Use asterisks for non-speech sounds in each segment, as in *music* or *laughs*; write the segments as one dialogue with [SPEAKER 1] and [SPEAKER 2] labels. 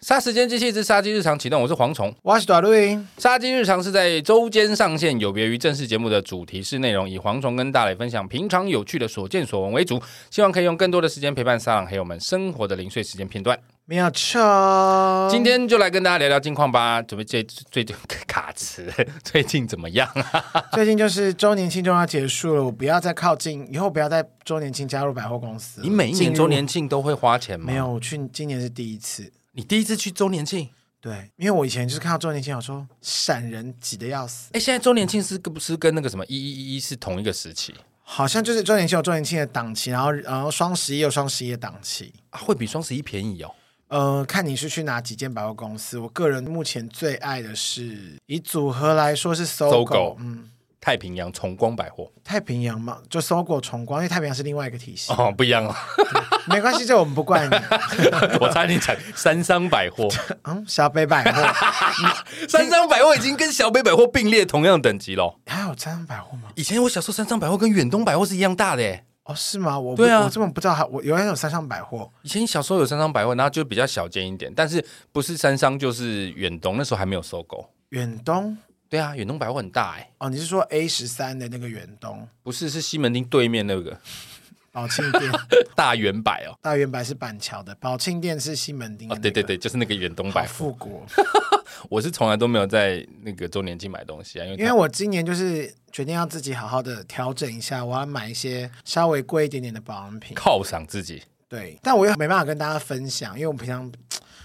[SPEAKER 1] 杀时间机器之杀鸡日常启动，我是蝗虫。
[SPEAKER 2] 我是大瑞，
[SPEAKER 1] 杀鸡日常是在周间上线，有别于正式节目的主题式内容，以蝗虫跟大磊分享平常有趣的所见所闻为主，希望可以用更多的时间陪伴沙朗还有我们生活的零碎时间片段。
[SPEAKER 2] 没有错。
[SPEAKER 1] 今天就来跟大家聊聊近况吧，准备最最近卡词，最近怎么样？
[SPEAKER 2] 最近就是周年庆就要结束了，我不要再靠近，以后不要再周年庆加入百货公司了。
[SPEAKER 1] 你每一
[SPEAKER 2] 进
[SPEAKER 1] 年
[SPEAKER 2] 入
[SPEAKER 1] 周年庆都会花钱吗？
[SPEAKER 2] 没，有？我去今年是第一次。
[SPEAKER 1] 你第一次去周年庆，
[SPEAKER 2] 对，因为我以前就是看到周年庆，我说闪人挤得要死，
[SPEAKER 1] 哎，现在周年庆是不是跟那个什么一一一一是同一个时期？
[SPEAKER 2] 好像就是周年庆有周年庆的档期，然后然后双十一有双十一的档期。
[SPEAKER 1] 啊、会比双十一便宜哦。
[SPEAKER 2] 呃，看你是去哪几间百货公司。我个人目前最爱的是，以组合来说是搜
[SPEAKER 1] 搜
[SPEAKER 2] 狗，
[SPEAKER 1] 狗
[SPEAKER 2] 嗯，
[SPEAKER 1] 太平洋崇光百货
[SPEAKER 2] 太平洋嘛，就搜狗崇光，因为太平洋是另外一个体系，
[SPEAKER 1] 哦，不一样哦。
[SPEAKER 2] 没关系，这我们不怪你。
[SPEAKER 1] *laughs* 我差点讲三商百货，
[SPEAKER 2] 嗯，小北百货
[SPEAKER 1] *laughs*
[SPEAKER 2] *laughs*
[SPEAKER 1] 三商百货已经跟小北百货并列同样等级了。
[SPEAKER 2] 还有三商百货吗？
[SPEAKER 1] 以前我小时候，三商百货跟远东百货是一样大的欸耶。
[SPEAKER 2] 哦，是吗？我不
[SPEAKER 1] 对啊
[SPEAKER 2] 我根本不知道还我原来有三商百货。
[SPEAKER 1] 以前小时候有三商百货，然后就比较小间一点，但是不是三商就是远东，那时候还没有收购。
[SPEAKER 2] 远东
[SPEAKER 1] 对啊，远东百货很大哎，
[SPEAKER 2] 哦，你是说 A 十三的那个远东
[SPEAKER 1] 不是是西门町对面那 *laughs* 个
[SPEAKER 2] 宝庆店？ *laughs*
[SPEAKER 1] 大圆百哦。
[SPEAKER 2] 大圆白是板桥的，宝庆店是西门町的、
[SPEAKER 1] 哦，对对，对，就是那个远东
[SPEAKER 2] 好
[SPEAKER 1] 百货。
[SPEAKER 2] 复古。
[SPEAKER 1] 我是从来都没有在那个周年庆买东西啊，因为
[SPEAKER 2] 因为我今年就是决定要自己好好的调整一下，我要买一些稍微贵一点点的保养品。
[SPEAKER 1] 犒赏自 *laughs* 己。
[SPEAKER 2] 对，但我又没办法跟大家分享，因为我们平常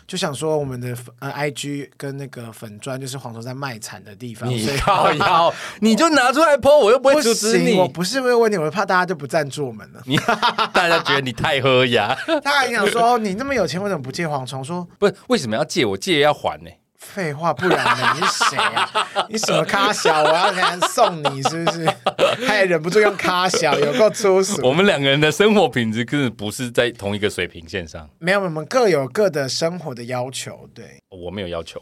[SPEAKER 2] 就想说我们的呃 IG 跟那个粉砖就是黄虫在卖惨的
[SPEAKER 1] 哦
[SPEAKER 2] 地方，所以
[SPEAKER 1] 靠腰，你就拿出来泼，我又不
[SPEAKER 2] 不
[SPEAKER 1] 会阻止你。
[SPEAKER 2] 行，。我不是为了问你，我是怕大家就不赞助我们了
[SPEAKER 1] *laughs* 你大家觉得你太喝牙，
[SPEAKER 2] 他还想说哦你那么有钱，为什么不借蝗虫？说
[SPEAKER 1] *laughs* 不是为什么要借？我借要还呢、
[SPEAKER 2] 废话，不然呢？你是谁啊？你什么咖小？我要给他送你是不是？他也忍不住用咖小，有够粗俗。
[SPEAKER 1] *laughs* 我们两个人的生活品质根本不是在同一个水平线上。
[SPEAKER 2] 没有，我们各有各的生活的要求。对
[SPEAKER 1] 我没有要 *laughs* 求，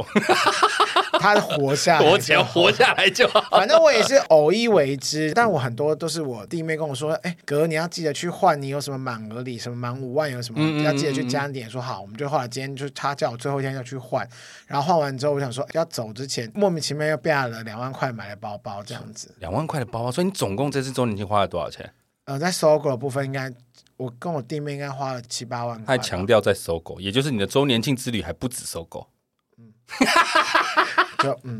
[SPEAKER 2] 他活下来，
[SPEAKER 1] 我只要活下来就好。
[SPEAKER 2] 反正我也是偶一为之，但我很多都是我弟妹跟我说，哎、哥，你要记得去换，你有什么满额礼，什么满五万，有什么
[SPEAKER 1] 嗯嗯
[SPEAKER 2] 要记得去加点。说好，我们就后来今天就他叫我最后一天要去换，然后换完之后，我想说要走之前，莫名其妙又变了两万块买了包包这样子。
[SPEAKER 1] 两万块的包包，所以你总共这次周年庆花了多少钱？
[SPEAKER 2] 呃，在搜狗的部分应该。我跟我弟妹应该花了七八万
[SPEAKER 1] 他还
[SPEAKER 2] 块，
[SPEAKER 1] 强调在搜狗，也就是你的周年庆之旅还不止搜狗。
[SPEAKER 2] 就
[SPEAKER 1] *laughs*
[SPEAKER 2] 嗯，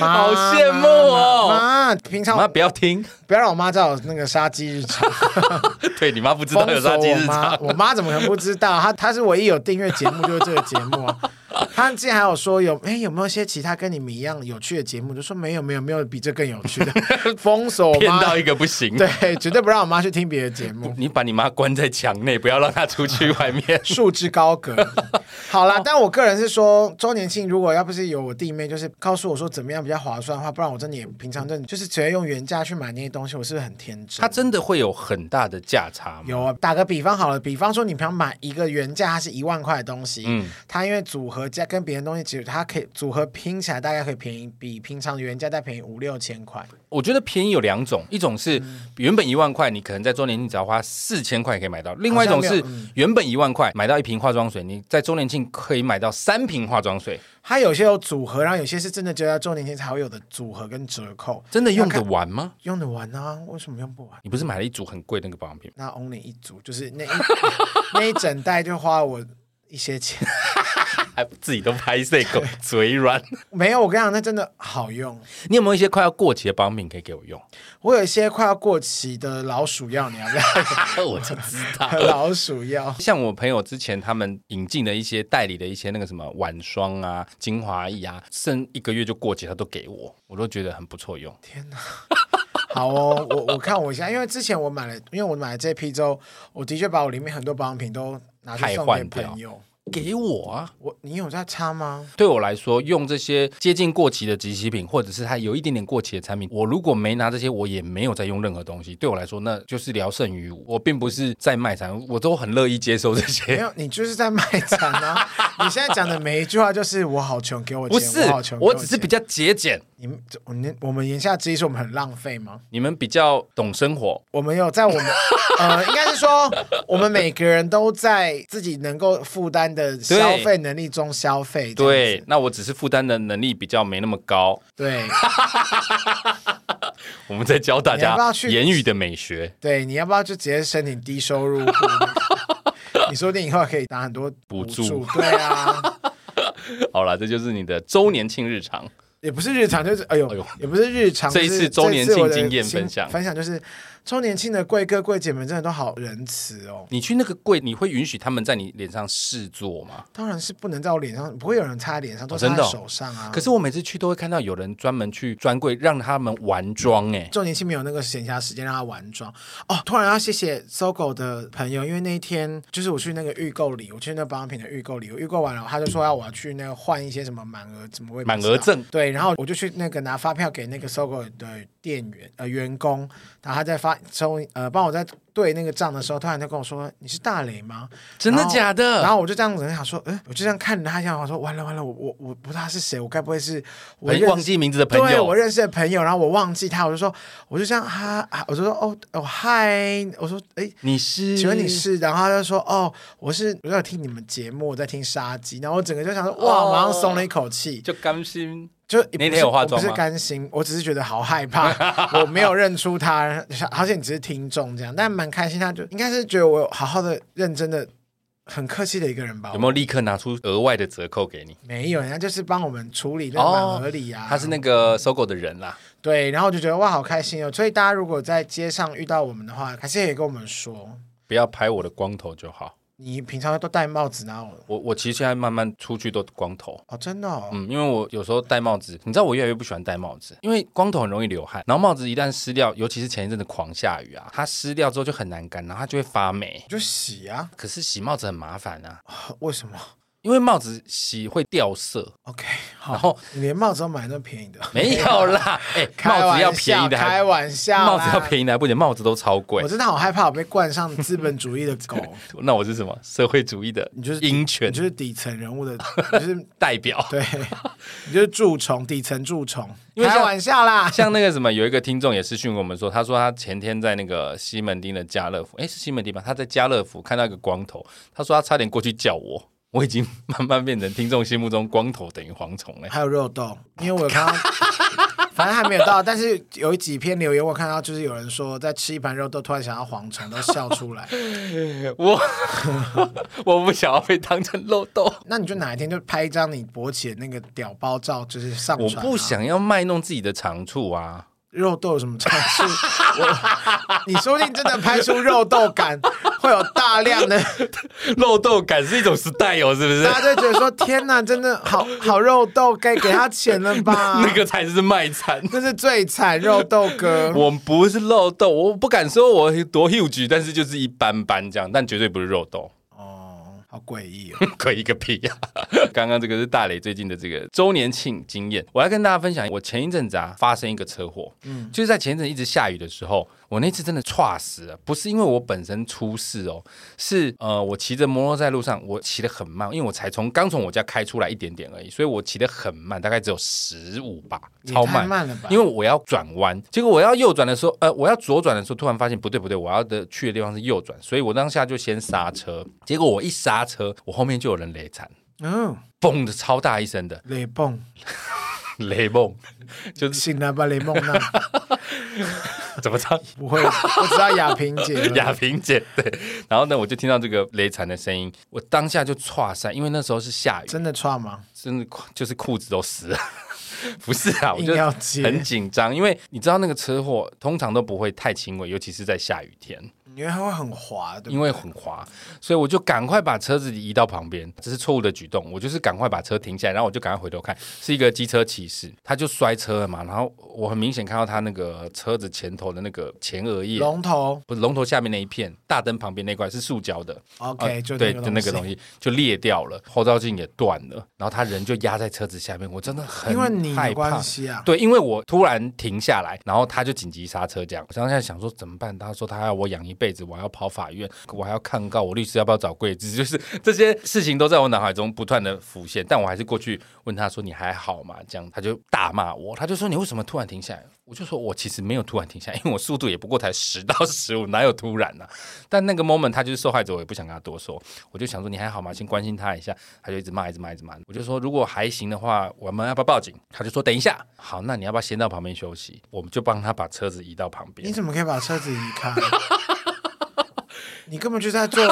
[SPEAKER 1] 好羡慕哦
[SPEAKER 2] 妈！妈平常
[SPEAKER 1] 妈不要听， *laughs*
[SPEAKER 2] 不要让我妈知道我那个杀鸡日常，
[SPEAKER 1] 对你妈不知
[SPEAKER 2] 封
[SPEAKER 1] 道有
[SPEAKER 2] 锁
[SPEAKER 1] 杀鸡
[SPEAKER 2] 我
[SPEAKER 1] 日
[SPEAKER 2] 妈，
[SPEAKER 1] 常。
[SPEAKER 2] 我妈怎么可能不知道？她她是唯一有订阅节目就是这个节
[SPEAKER 1] *laughs*
[SPEAKER 2] 目啊。她之前还有说有哎有没有一些其他跟你们一样有趣的节目？就说没有没有没有比这更有
[SPEAKER 1] *laughs*
[SPEAKER 2] 趣的，封锁我
[SPEAKER 1] 骗
[SPEAKER 2] 妈
[SPEAKER 1] 到，一个不行，
[SPEAKER 2] 对，绝对不让我妈去听别的节
[SPEAKER 1] *laughs*
[SPEAKER 2] 目。。
[SPEAKER 1] 你把你妈关在墙内，不要让她出去外 *laughs* 面
[SPEAKER 2] 束之高阁。好啦，但我个人是说，周年庆如果要不是有我弟妹，就是告诉我说怎么样比较划算的话，不然我真的也平常真的就是直接用原价去买那些东西，我是不是很天真？
[SPEAKER 1] 她真的会有很大的价差吗？
[SPEAKER 2] 有啊，打个比方好了，比方说你平常买一个原价它是一万块的东西，
[SPEAKER 1] 嗯
[SPEAKER 2] 它因为组合加跟别的东西，只它可以组合拼起来大概可以便宜比平常原价再便宜五六千块。
[SPEAKER 1] 我觉得便宜有两种，一种是原本一万块，你可能在周年庆只要花四千块可以买到；，另外一种
[SPEAKER 2] 好像没
[SPEAKER 1] 是
[SPEAKER 2] 有嗯
[SPEAKER 1] 原本一万块买到一瓶化妆水，你在周年庆可以买到三瓶化妆水，
[SPEAKER 2] 它有些有组合，然后有些是真的就要周年庆才会有的组合跟折扣，
[SPEAKER 1] 真的用
[SPEAKER 2] 要
[SPEAKER 1] 得
[SPEAKER 2] 看
[SPEAKER 1] 完吗？
[SPEAKER 2] 用得完啊？为什么用不完？
[SPEAKER 1] 你不是买了一组很贵的那个保养品吗？
[SPEAKER 2] 那 only 一组，就是那一 *laughs* 那一整袋就花我一些钱。
[SPEAKER 1] 还 *laughs* 自己都拍碎口嘴软。
[SPEAKER 2] 没有，我跟你讲，那真的好用。
[SPEAKER 1] *laughs* 你有没有一些快要过期的保养品可以给我用？
[SPEAKER 2] 我有一些快要过期的老鼠药，你要不
[SPEAKER 1] *laughs*
[SPEAKER 2] 要？
[SPEAKER 1] 我就知道。
[SPEAKER 2] 老鼠药，
[SPEAKER 1] 像我朋友之前他们引进的一些代理的一些那个什么晚霜啊、精华液啊，剩一个月就过期，他都给我，我都觉得很不错用。
[SPEAKER 2] 天哪！好哦，我我看我一下，因为之前我买了，因为我买了这批之后，我的确把我里面很多保养品都拿去送给
[SPEAKER 1] 太换掉
[SPEAKER 2] 朋友。
[SPEAKER 1] 给我啊！
[SPEAKER 2] 我你有在擦吗？
[SPEAKER 1] 对我来说，用这些接近过期的即期品，或者是它有一点点过期的产品，我如果没拿这些，我也没有在用任何东西。对我来说，那就是聊胜于无。我并不是在卖惨，我都很乐意接受这 *laughs*
[SPEAKER 2] 没
[SPEAKER 1] 些。
[SPEAKER 2] 有，你就是在卖
[SPEAKER 1] *laughs*
[SPEAKER 2] 惨啊！你现在讲的每一句话就是我好穷，给我钱，
[SPEAKER 1] 不是
[SPEAKER 2] 我好，穷，
[SPEAKER 1] 我
[SPEAKER 2] 给
[SPEAKER 1] 只是
[SPEAKER 2] 钱
[SPEAKER 1] 比较节俭。
[SPEAKER 2] 你们这我们我们言下之意是我们很浪费吗？
[SPEAKER 1] 你们比较懂生活，
[SPEAKER 2] 我们有在
[SPEAKER 1] *laughs*
[SPEAKER 2] 我们呃，应该是说我们每个人都在自己能够负担的消费能力中消费。这样
[SPEAKER 1] 对
[SPEAKER 2] 子，
[SPEAKER 1] 那我只是负担的能力比较没那么高。
[SPEAKER 2] 对
[SPEAKER 1] 我们在教大
[SPEAKER 2] 你要不要
[SPEAKER 1] 家
[SPEAKER 2] 去
[SPEAKER 1] 言语的美学
[SPEAKER 2] 对，你要不要就直接申请低收入户？ *laughs* 你说不定以后可以拿很多
[SPEAKER 1] 补助
[SPEAKER 2] 助。对啊，
[SPEAKER 1] 好了，这就是你的周年庆日常。
[SPEAKER 2] 也不是日常，就是哎呦，
[SPEAKER 1] 哎呦
[SPEAKER 2] 也不是日常。
[SPEAKER 1] 这一
[SPEAKER 2] 就是
[SPEAKER 1] 次周年庆
[SPEAKER 2] 这次我的
[SPEAKER 1] 经验
[SPEAKER 2] 新
[SPEAKER 1] 分享
[SPEAKER 2] 分享就是周年庆的贵哥贵姐们真的都好仁慈哦。
[SPEAKER 1] 你去那个柜，你会允许他们在你脸上试做吗？
[SPEAKER 2] 当然是不能在我脸上，不会有人擦在脸上，都
[SPEAKER 1] 哦
[SPEAKER 2] 擦
[SPEAKER 1] 真
[SPEAKER 2] 在
[SPEAKER 1] 的哦
[SPEAKER 2] 手上啊。
[SPEAKER 1] 可是我每次去都会看到有人专门去专柜让他们玩妆、欸，
[SPEAKER 2] 周年庆没有那个闲暇时间让他玩妆哦。突然要谢谢搜狗的朋友，因为那一天就是我去那个预购礼，我去那保养品的预购礼，我预购完了，他就说要我要去那个换一些什么满额怎么我也不
[SPEAKER 1] 满
[SPEAKER 2] 知道
[SPEAKER 1] 额赠。
[SPEAKER 2] 对，然后我就去那个拿发票给那个搜狗的店员呃员工，然后他在发收呃帮我在对那个账的时候，突然就跟我说你是大雷吗？
[SPEAKER 1] 真的
[SPEAKER 2] 然后
[SPEAKER 1] 假的？
[SPEAKER 2] 然后我就这样子想说，嗯、我就这样看着他，想我说完了完了，我我我不知道他是谁，我该不会是我
[SPEAKER 1] 朋
[SPEAKER 2] 认识
[SPEAKER 1] 忘记名字的朋
[SPEAKER 2] 对我
[SPEAKER 1] 友，
[SPEAKER 2] 认识的朋友，然后我忘记他，我就说，我就这样哈，啊我就说哦哦嗨，我说哎，
[SPEAKER 1] 你是？
[SPEAKER 2] 请问你是？然后他就说哦，我是我在听你们节目，我在听杀鸡，然后我整个就想说哇，
[SPEAKER 1] 哦
[SPEAKER 2] 马上松了一口气，
[SPEAKER 1] 就甘心？
[SPEAKER 2] 就也不
[SPEAKER 1] 那天
[SPEAKER 2] 是
[SPEAKER 1] 有化
[SPEAKER 2] 我
[SPEAKER 1] 妆
[SPEAKER 2] 不是
[SPEAKER 1] 吗
[SPEAKER 2] 甘心，我只是觉得好
[SPEAKER 1] *laughs*
[SPEAKER 2] 害怕，我没有认出他，而且你只是听众这样，但蛮开心，他就应该是觉得我有好好的、认真的、很客气的一个人吧
[SPEAKER 1] 有。没有立刻拿出额外的折扣给你？
[SPEAKER 2] 没有，人家就是帮我们处理那个
[SPEAKER 1] 哦
[SPEAKER 2] 满合理啊。
[SPEAKER 1] 他是那个搜狗的人啦，
[SPEAKER 2] 对，然后我就觉得哇，好开心哦！所以大家如果在街上遇到我们的话，还是可以跟我们说，
[SPEAKER 1] 不要拍我的光头就好。
[SPEAKER 2] 你平常都戴帽子哪有？
[SPEAKER 1] 我我其实现在慢慢出去都光头，
[SPEAKER 2] 哦，真的、哦，
[SPEAKER 1] 嗯，因为我有时候戴帽子，你知道我越来越不喜欢戴帽子，因为光头很容易流汗，然后帽子一旦湿掉，尤其是前一阵子狂下雨啊，它湿掉之后就很难干，然后它就会发霉
[SPEAKER 2] 你。就洗啊？
[SPEAKER 1] 可是洗帽子很麻烦啊，
[SPEAKER 2] 为什么
[SPEAKER 1] 因为帽子洗会掉色，
[SPEAKER 2] ？OK，
[SPEAKER 1] 然
[SPEAKER 2] 好，
[SPEAKER 1] 后
[SPEAKER 2] 你连帽子都买那么便宜的？
[SPEAKER 1] 没有
[SPEAKER 2] *laughs*
[SPEAKER 1] 啦，哎、
[SPEAKER 2] 开
[SPEAKER 1] 帽子要
[SPEAKER 2] 玩
[SPEAKER 1] 便宜
[SPEAKER 2] 笑
[SPEAKER 1] 的还
[SPEAKER 2] 开玩笑啦，
[SPEAKER 1] 帽子要便宜的还不行，帽子都超贵
[SPEAKER 2] 我。真的好害怕我被冠上资本主义的
[SPEAKER 1] *laughs*
[SPEAKER 2] 狗，
[SPEAKER 1] 那我是什么社会主义的
[SPEAKER 2] 你就是
[SPEAKER 1] 鹰
[SPEAKER 2] 你
[SPEAKER 1] 犬
[SPEAKER 2] 就是底层人物的，你就是？
[SPEAKER 1] 代表
[SPEAKER 2] *laughs* 对，你就是蛀虫，底层蛀虫，
[SPEAKER 1] 因为
[SPEAKER 2] 开
[SPEAKER 1] 像
[SPEAKER 2] 玩笑啦。
[SPEAKER 1] 像那个什么，有一个听众也私讯跟我们说，他说他前天在那个西门町的家乐福，哎，是西门町吧？他在家乐福看到一个光头，他说他差点过去叫我。 *laughs* 我已经慢慢变成听众心目中光头等于蝗虫
[SPEAKER 2] *laughs*
[SPEAKER 1] 了。
[SPEAKER 2] 还有肉豆，因为我有看到， *laughs* 反正还没有到，但是有几篇留言我看到，就是有人说在吃一盘肉豆，突然想要蝗虫，都笑
[SPEAKER 1] *laughs*
[SPEAKER 2] 出来。
[SPEAKER 1] 我 *laughs* 我不想要被当成漏斗，
[SPEAKER 2] 那你就哪一天就拍一张你勃起的那个屌包照，就是上
[SPEAKER 1] 我
[SPEAKER 2] 传、啊
[SPEAKER 1] 不。想要卖弄自己的长处啊！
[SPEAKER 2] 肉豆有什么差处？我 *laughs* 你说不定真的拍出肉豆感，会有大量的
[SPEAKER 1] 漏斗感是一种 style，是不是？
[SPEAKER 2] 大家就觉得说：“天哪，真的好好肉豆，该给他钱了吧？”
[SPEAKER 1] *laughs* 那个才是卖惨。
[SPEAKER 2] 这是最惨肉豆哥。
[SPEAKER 1] *laughs* 我不是漏斗，我不敢说我多 huge，但是就是一般般这样，但绝对不是肉斗。
[SPEAKER 2] 哦，好诡异哦。
[SPEAKER 1] 亏一个屁呀、 *laughs* 刚刚这个是大磊最近的这个周年庆经验，我要跟大家分享，我前一阵子啊发生一个车祸，嗯，就是在前一阵一直下雨的时候，我那次真的歘死了，不是因为我本身出事哦，是呃我骑着摩托在路上，我骑得很慢，因为我才从刚从我家开出来一点点而已，所以我骑得很慢，大概只有十五吧，
[SPEAKER 2] 也
[SPEAKER 1] 超
[SPEAKER 2] 太
[SPEAKER 1] 慢。
[SPEAKER 2] 慢了吧？
[SPEAKER 1] 因为我要转弯，结果我要右转的时候，呃，我要左转的时候，突然发现不对不对，我要的去的地方是右转，所以我当下就先刹车。结果我一刹车，我后面就有人雷惨，
[SPEAKER 2] 嗯，
[SPEAKER 1] 嘣的超大一声的
[SPEAKER 2] 雷蹦
[SPEAKER 1] *laughs* 雷蹦，就是
[SPEAKER 2] 醒了吧，雷梦娜？
[SPEAKER 1] 怎么 *laughs* 唱？
[SPEAKER 2] 不会，我知道亚萍姐了。
[SPEAKER 1] *laughs* 亚萍姐对。然后呢，我就听到这个雷惨的声音，我当下就唰塞，因为那时候是下雨，
[SPEAKER 2] 真的串吗？
[SPEAKER 1] 真的就是裤子都湿了。 *laughs* 不是啊，我
[SPEAKER 2] 硬
[SPEAKER 1] 就
[SPEAKER 2] 要接
[SPEAKER 1] 很紧张，因为你知道那个车祸通常都不会太轻微，尤其是在下雨天。
[SPEAKER 2] 因为它会很滑，对不
[SPEAKER 1] 因为很滑，所以我就赶快把车子移到旁边，这是错误的举动。我就是赶快把车停下来，然后我就赶快回头看，是一个机车骑士，他就摔车了嘛。然后我很明显看到他那个车子前头的那个前额
[SPEAKER 2] 对？
[SPEAKER 1] 叶，
[SPEAKER 2] 龙头
[SPEAKER 1] 不是龙头下面那一片，大灯旁边那块是塑胶的，
[SPEAKER 2] ，OK，就
[SPEAKER 1] 啊对，
[SPEAKER 2] 那
[SPEAKER 1] 就那个
[SPEAKER 2] 东
[SPEAKER 1] 东
[SPEAKER 2] 西。
[SPEAKER 1] 西就裂掉了，后照镜也断了，然后他人就压在车子下面，我真的很
[SPEAKER 2] 因为你你
[SPEAKER 1] 害
[SPEAKER 2] 的
[SPEAKER 1] 怕
[SPEAKER 2] 关。系啊。
[SPEAKER 1] 对，因为我突然停下来，然后他就紧急刹车，这样。我当下想说怎么办？他说他要我养一辈子，我还要跑法院，我还要抗告，我律师要不要找贵子？ *laughs* 就是这些事情都在我脑海中不断的浮现，但我还是过去问他说你还好吗？这样他就大骂我，他就说你为什么突然停下来？我就说我其实没有突然停下来，因为我速度也不过才十到十五，哪有突然啊呢、但那个 moment 他就是受害者，我也不想跟他多说，我就想说你还好吗？先关心他一下，他就一直骂，一直骂，一直骂。我就说如果还行的话，我们要不要报警？他就说等一下，好，那你要不要先到旁边休息？我们就帮他把车子移到旁
[SPEAKER 2] 你
[SPEAKER 1] 边。
[SPEAKER 2] 怎么可以把车子移
[SPEAKER 1] *laughs*
[SPEAKER 2] 开？你根本就在做。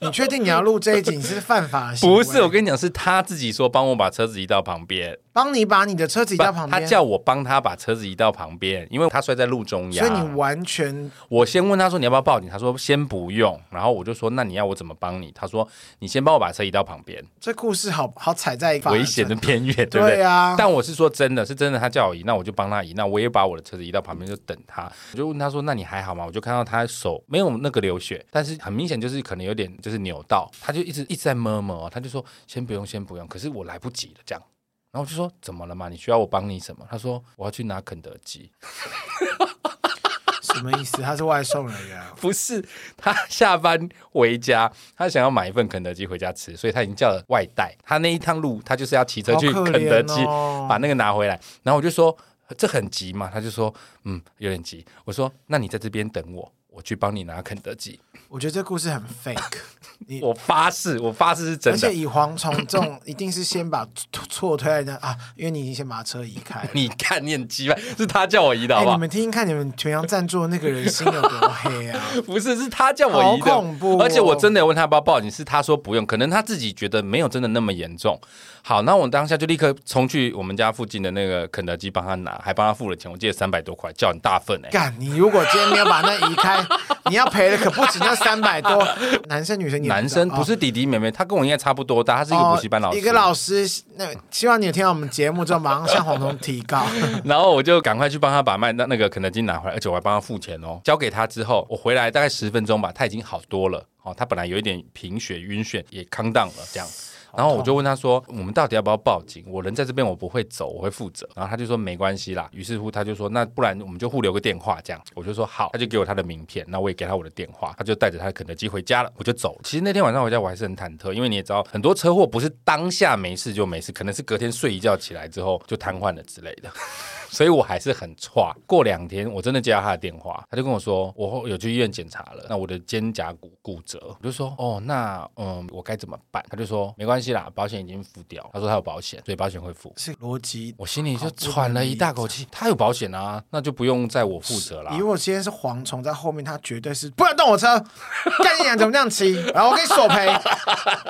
[SPEAKER 2] 你确定你要录这一集？你是犯法的行为
[SPEAKER 1] 不是，我跟你讲，是他自己说帮我把车子移到旁边，
[SPEAKER 2] 帮你把你的车子移到
[SPEAKER 1] 不
[SPEAKER 2] 旁
[SPEAKER 1] 他
[SPEAKER 2] 边，
[SPEAKER 1] 叫我帮他把车子移到旁边，因为他摔在路中央。
[SPEAKER 2] 所以你完全
[SPEAKER 1] 我先问他说你要不要报警，他说先不用，然后我就说那你要我怎么帮你？他说你先帮我把车移到旁边，
[SPEAKER 2] 这故事好好踩在法律
[SPEAKER 1] 危险的
[SPEAKER 2] 上
[SPEAKER 1] 边
[SPEAKER 2] *laughs*
[SPEAKER 1] 缘，对不对？
[SPEAKER 2] 对啊，
[SPEAKER 1] 但我是说真的，是真的，他叫我移，那我就帮他移，那我也把我的车子移到旁边就等他。我就问他说：“那你还好吗？”我就看到他手没有那个流血，但是很明显就是可能有点就是扭到，他就一直一直在摸摸，他就说：“先不用，先不用。”可是我来不及了，这样。然后我就说：“怎么了嘛？你需要我帮你什么？”他说：“我要去拿肯德基。”
[SPEAKER 2] 什么意思？他是外送人员啊，
[SPEAKER 1] *laughs* 不是他下班回家，他想要买一份肯德基回家吃，所以他已经叫了外带。他那一趟路，他就是要骑车
[SPEAKER 2] 好
[SPEAKER 1] 去
[SPEAKER 2] 可
[SPEAKER 1] 肯德
[SPEAKER 2] 怜
[SPEAKER 1] 基，
[SPEAKER 2] 哦
[SPEAKER 1] 把那个拿回来。然后我就说这很急嘛，他就说嗯有点急。我说那你在这边等我，我去帮你拿肯德基。
[SPEAKER 2] 我觉得这故事很 fake，你
[SPEAKER 1] 我发誓，我发誓是
[SPEAKER 2] 而
[SPEAKER 1] 真
[SPEAKER 2] 且
[SPEAKER 1] 的。
[SPEAKER 2] 以蝗虫这种，一定是先把错错推在人家啊，因为你已经先把车移开了。
[SPEAKER 1] 你看你很鸡掰，是他叫我移的好
[SPEAKER 2] 哎、
[SPEAKER 1] 不
[SPEAKER 2] 你
[SPEAKER 1] 好？
[SPEAKER 2] 们听听看，你们全阳赞助的那个人心有多黑啊！ *laughs*
[SPEAKER 1] 不是，是他叫我移的，
[SPEAKER 2] 好恐怖哦
[SPEAKER 1] 而且我真的有问他要不要报警，是他说不用，可能他自己觉得没有真的那么严重。好，那我当下就立刻冲去我们家附近的那个肯德基帮他拿，还帮他付了钱，我记得三百多块，叫很大份哎、
[SPEAKER 2] 干，你如果今天没有把那移开， *laughs* 你要赔的可不止那三百多。男生女生你也知道
[SPEAKER 1] 男生不
[SPEAKER 2] 哦
[SPEAKER 1] 是弟弟妹妹，他跟我应该差不多大，他是一个补习班老师。
[SPEAKER 2] 哦一个老师，那希望你有听到我们节目之后，马上向黄虫提告。
[SPEAKER 1] 然后我就赶快去帮他把麦那那个肯德基拿回来，而且我还帮他付钱哦。交给他之后，我回来大概十分钟吧，他已经好多了。哦，他本来有一点贫血、晕血，也康荡了这样。然后我就问他说：“我们到底要不要报警？我人在这边，我不会走，我会负责。”然后他就说：“没关系啦。”于是乎他就说：“那不然我们就互留个电话这样。”我就说：“好。”他就给我他的名片，那我也给他我的电话，他就带着他的肯德基回家了，我就走了。其实那天晚上回家我还是很忐忑，因为你也知道，很多车祸不是当下没事就没事，可能是隔天睡一觉起来之后就瘫痪了之类的。所以我还是很差。过两天我真的接到他的电话，他就跟我说，我有去医院检查了，那我的肩胛骨骨折，我就说，哦，那嗯，我该怎么办？他就说，哦没关系啦，保险已经付掉。他说他有保险，所以保险会付。
[SPEAKER 2] *laughs* 是逻辑，
[SPEAKER 1] 我心里就喘了一大口气，他有保险啊，那就不用在我负责啦
[SPEAKER 2] 以。我今天是蝗虫在后面，他绝对是不要动我
[SPEAKER 1] *laughs*
[SPEAKER 2] 车，干你娘怎么这样骑？然后我给你索赔。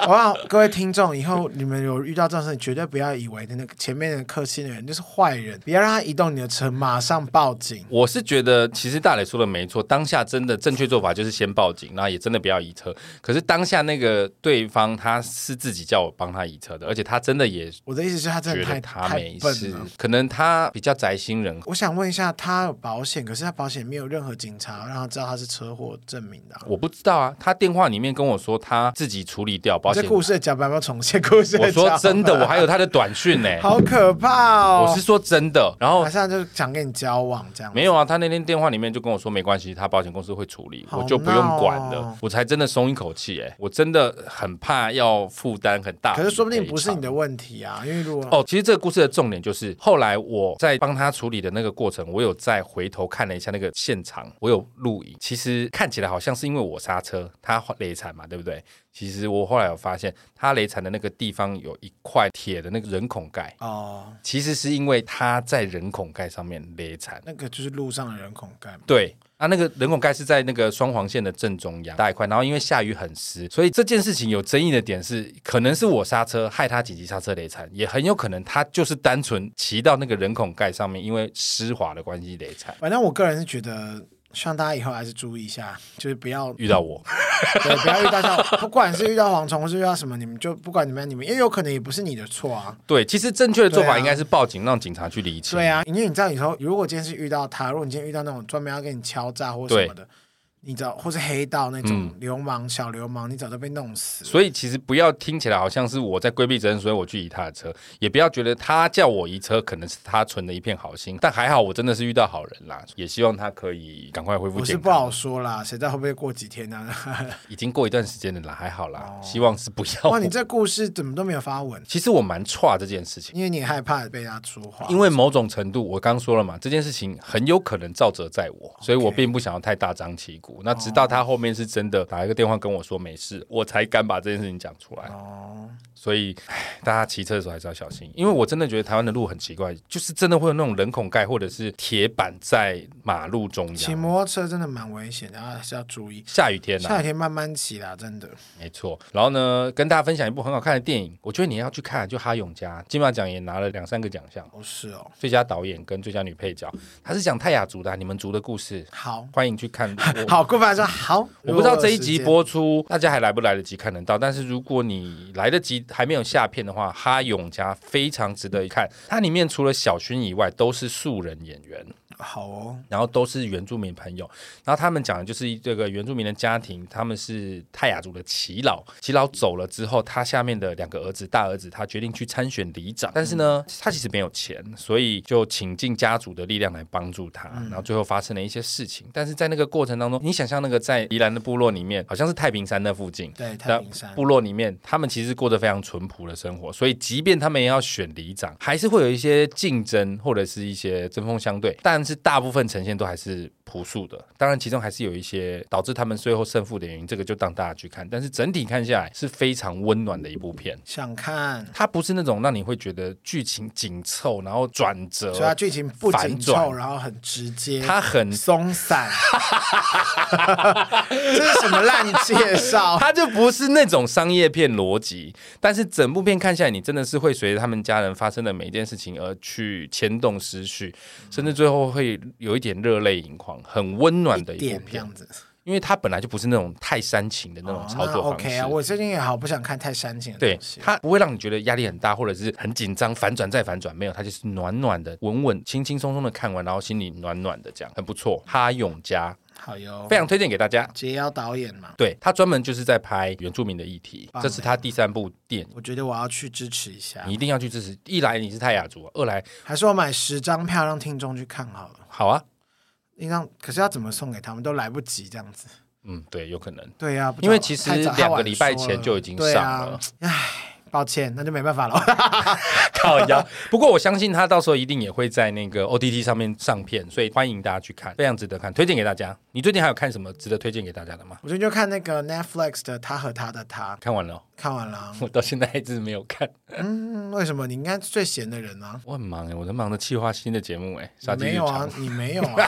[SPEAKER 2] 我让各位听众以后你们有遇到这种事情，绝对不要以为那个前面的客气的人就是坏人，不要让他移动你的车，马上报警。
[SPEAKER 1] 我是觉得，其实大磊说的没错，当下真的正确做法就是先报警，然后也真的不要移车。可是当下那个对方他是自己叫我帮他移车的，而且他真的也
[SPEAKER 2] 我的意思是，他真的
[SPEAKER 1] 觉
[SPEAKER 2] 太
[SPEAKER 1] 得他
[SPEAKER 2] 太
[SPEAKER 1] 没
[SPEAKER 2] 笨
[SPEAKER 1] 事
[SPEAKER 2] 了。，
[SPEAKER 1] 可能他比较宅心仁。
[SPEAKER 2] 我想问一下，他有保险，可是他保险没有任何警察让他知道他是车祸证明的啊、
[SPEAKER 1] 我不知道啊，他电话里面跟我说他自己处理掉保
[SPEAKER 2] 这
[SPEAKER 1] 险。
[SPEAKER 2] 故事的脚本要不要重现？故事的
[SPEAKER 1] 我说
[SPEAKER 2] 脚
[SPEAKER 1] 真的，
[SPEAKER 2] 本
[SPEAKER 1] 我还有他的短讯呢、
[SPEAKER 2] 好可怕哦！
[SPEAKER 1] 我是说真的。然后
[SPEAKER 2] 马上就想跟你交往这样。
[SPEAKER 1] 没有啊，他那天电话里面就跟我说没关系，他保险公司会处理，
[SPEAKER 2] 好
[SPEAKER 1] 我就不用管
[SPEAKER 2] 闹
[SPEAKER 1] 了
[SPEAKER 2] 哦，
[SPEAKER 1] 我才真的松一口气哎、我真的很怕要负担很大，
[SPEAKER 2] 可是说不定不是你。的问题啊，因为如果
[SPEAKER 1] 啊哦，其实这个故事的重点就是，后来我在帮他处理的那个过程，我有再回头看了一下那个现场，我有录影。其实看起来好像是因为我刹车，他雷惨嘛，对不对？其实我后来有发现，他雷惨的那个地方有一块铁的那个人孔盖，
[SPEAKER 2] 哦，
[SPEAKER 1] 其实是因为他在人孔盖上面雷惨。
[SPEAKER 2] 那个就是路上的人孔盖嘛。
[SPEAKER 1] 对。啊，那个人孔盖是在那个双黄线的正中央大一块，然后因为下雨很湿，所以这件事情有争议的点是，可能是我刹车害他紧急刹车雷惨，也很有可能他就是单纯骑到那个人孔盖上面，因为湿滑的关系雷惨。
[SPEAKER 2] 反正我个人是觉得，希望大家以后还是注意一下，就是不要
[SPEAKER 1] 遇到我，
[SPEAKER 2] 对，不要遇到像不管是遇到蝗虫或是遇到什么，你们就不管怎么样，你们因为有可能也不是你的错啊。
[SPEAKER 1] 对，其实正确的做
[SPEAKER 2] 对啊
[SPEAKER 1] 法应该是报警，让警察去厘清。
[SPEAKER 2] 对啊，因为你知道以后如果今天是遇到他，如果你今天遇到那种专门要跟你敲诈或什么的，你知道，或是黑道那种
[SPEAKER 1] 嗯
[SPEAKER 2] 流氓、小流氓，你早就被弄死了。
[SPEAKER 1] 所以其实不要听起来好像是我在规避责任，所以我去移他的车，也不要觉得他叫我移车，可能是他存的一片好心。但还好我真的是遇到好人啦，也希望他可以赶快恢复
[SPEAKER 2] 我是
[SPEAKER 1] 健
[SPEAKER 2] 不
[SPEAKER 1] 康。
[SPEAKER 2] 好说啦，谁知道会不会过几天啊呢、
[SPEAKER 1] *laughs* 已经过一段时间了啦，还好啦，希望是不要
[SPEAKER 2] 哦哇，。你这故事怎么都没有发文？
[SPEAKER 1] *laughs* 其实我蛮差这件事情。
[SPEAKER 2] 因为你害怕被他说话，
[SPEAKER 1] 因为某种程度，我刚说了嘛，这件事情很有可能造责在我，所以我并不想要太大张旗鼓。那直
[SPEAKER 2] 哦
[SPEAKER 1] 到他后面是真的打一个电话跟我说没事，我才敢把这件事情讲出来。
[SPEAKER 2] 哦，
[SPEAKER 1] 所以唉大家骑车的时候还是要小心，因为我真的觉得台湾的路很奇怪，就是真的会有那种人孔盖或者是铁板在马路中
[SPEAKER 2] 骑
[SPEAKER 1] 央。
[SPEAKER 2] 摩托车真的蛮危险的，还是要注意。
[SPEAKER 1] 下雨天啊呐、
[SPEAKER 2] 下雨天慢慢骑啦，真的。
[SPEAKER 1] 没错。然后呢，跟大家分享一部很好看的电影，我觉得你要去看，就哈永家金马奖也拿了两三个奖项，
[SPEAKER 2] 哦，是哦，
[SPEAKER 1] 最佳导演跟最佳女配角，它是讲泰雅族的啊、你们族的故事，
[SPEAKER 2] 好，
[SPEAKER 1] 欢迎去看。我
[SPEAKER 2] 好，顾凡说好。
[SPEAKER 1] 我不知道这一
[SPEAKER 2] 如
[SPEAKER 1] 集
[SPEAKER 2] 果有时间
[SPEAKER 1] 播出，大家还来不来得及看得到。但是如果你来得及，还没有下片的话，《哈永家》非常值得一看。它里面除了小薰以外，都是素人演员，
[SPEAKER 2] 好哦，
[SPEAKER 1] 然后都是原住民朋友。然后他们讲的就是这个原住民的家庭，他们是泰雅族的耆老。耆老走了之后，他下面的两个儿子，大儿子他决定去参选里长，但是呢，他其实没有钱，所以就请尽家族的力量来帮助他。然后最后发生了一些事情，但是在那个过程当中，你想象那个在宜兰的部落里面，好像是太平山那附近，
[SPEAKER 2] 对，
[SPEAKER 1] 那
[SPEAKER 2] 太平山
[SPEAKER 1] 部落里面，他们其实过着非常淳朴的生活，所以即便他们也要选里长，还是会有一些竞争或者是一些针锋相对，但是大部分呈现都还是朴素的。当然，其中还是有一些导致他们最后胜负的原因，这个就当大家去看。但是整体看下来是非常温暖的一部片。
[SPEAKER 2] 想看，
[SPEAKER 1] 它不是那种让你会觉得剧情紧凑，然后转折，
[SPEAKER 2] 所以它剧情不紧
[SPEAKER 1] 呃反转
[SPEAKER 2] 凑，然后很直接，
[SPEAKER 1] 它很
[SPEAKER 2] 松散。这是什么烂介
[SPEAKER 1] *laughs*
[SPEAKER 2] 绍？
[SPEAKER 1] 它就不是那种商业片逻辑，但是整部片看下来，你真的是会随着他们家人发生的每一件事情而去牵动思绪，甚至最后会有一点热泪盈眶，很温暖的一部
[SPEAKER 2] 点这
[SPEAKER 1] 片。
[SPEAKER 2] 样子，
[SPEAKER 1] 因为它本来就不是那种太煽情的那种操
[SPEAKER 2] 哦那
[SPEAKER 1] 作方式。
[SPEAKER 2] OK 啊，我最近也好不想看太煽情的
[SPEAKER 1] 对
[SPEAKER 2] 东西。
[SPEAKER 1] 它不会让你觉得压力很大，或者是很紧张，反转再反转，没有，它就是暖暖的、稳稳、轻轻松松的看完，然后心里暖暖的，这样很不错。哈永家
[SPEAKER 2] 好哟
[SPEAKER 1] 非，常推荐给大家。
[SPEAKER 2] 杰妖导演嘛，
[SPEAKER 1] 对他专门就是在拍原住民的议题，
[SPEAKER 2] 棒
[SPEAKER 1] 这是他第三部电影。
[SPEAKER 2] 我觉得我要去支持一下
[SPEAKER 1] 你。一定要去支持。一来你是泰雅族，啊二来
[SPEAKER 2] 还是我买十张票让听众去看好了。
[SPEAKER 1] 好啊，
[SPEAKER 2] 那张可是要怎么送给他们都来不及这样子。
[SPEAKER 1] 嗯，对，有可能，
[SPEAKER 2] 对啊呀、不知
[SPEAKER 1] 因
[SPEAKER 2] 道
[SPEAKER 1] 为其实
[SPEAKER 2] 太早
[SPEAKER 1] 两个礼拜前就已经上。
[SPEAKER 2] 太晚
[SPEAKER 1] 了，
[SPEAKER 2] 说对啊唉，抱歉，那就没办法了。
[SPEAKER 1] *laughs*
[SPEAKER 2] *laughs*
[SPEAKER 1] 靠腰。 *laughs* 不过我相信他到时候一定也会在那个 OTT 上面上片，所以欢迎大家去看，非常值得看，推荐给大家。你最近还有看什么值得推荐给大家的吗？
[SPEAKER 2] 我最近就看那个 Netflix 的《他和他的他》，
[SPEAKER 1] 看完了哦，
[SPEAKER 2] 看完了啊。
[SPEAKER 1] 我到现在一直没有看，
[SPEAKER 2] 嗯，为什么？你应该是最闲的人啊。
[SPEAKER 1] 我很忙哎，我在忙着企划新的节目哎，杀鸡
[SPEAKER 2] 没
[SPEAKER 1] 日
[SPEAKER 2] 有啊
[SPEAKER 1] 常。，
[SPEAKER 2] 你没有
[SPEAKER 1] *laughs*
[SPEAKER 2] 啊，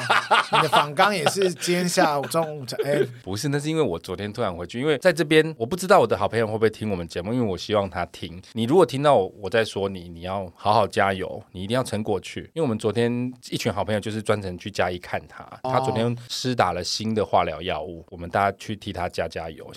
[SPEAKER 2] 你的访纲也是今天下午中午才哎、
[SPEAKER 1] 不是，那是因为我昨天突然回去，因为在这边我不知道我的好朋友会不会听我们节目，因为我希望他听。你如果听到我我在说你，你要好好加油，你一定要撑过去。因为我们昨天一群好朋友就是专程去嘉义看他，
[SPEAKER 2] 哦
[SPEAKER 1] 他昨天施打了新的化疗药物，我们大家去替他加加油。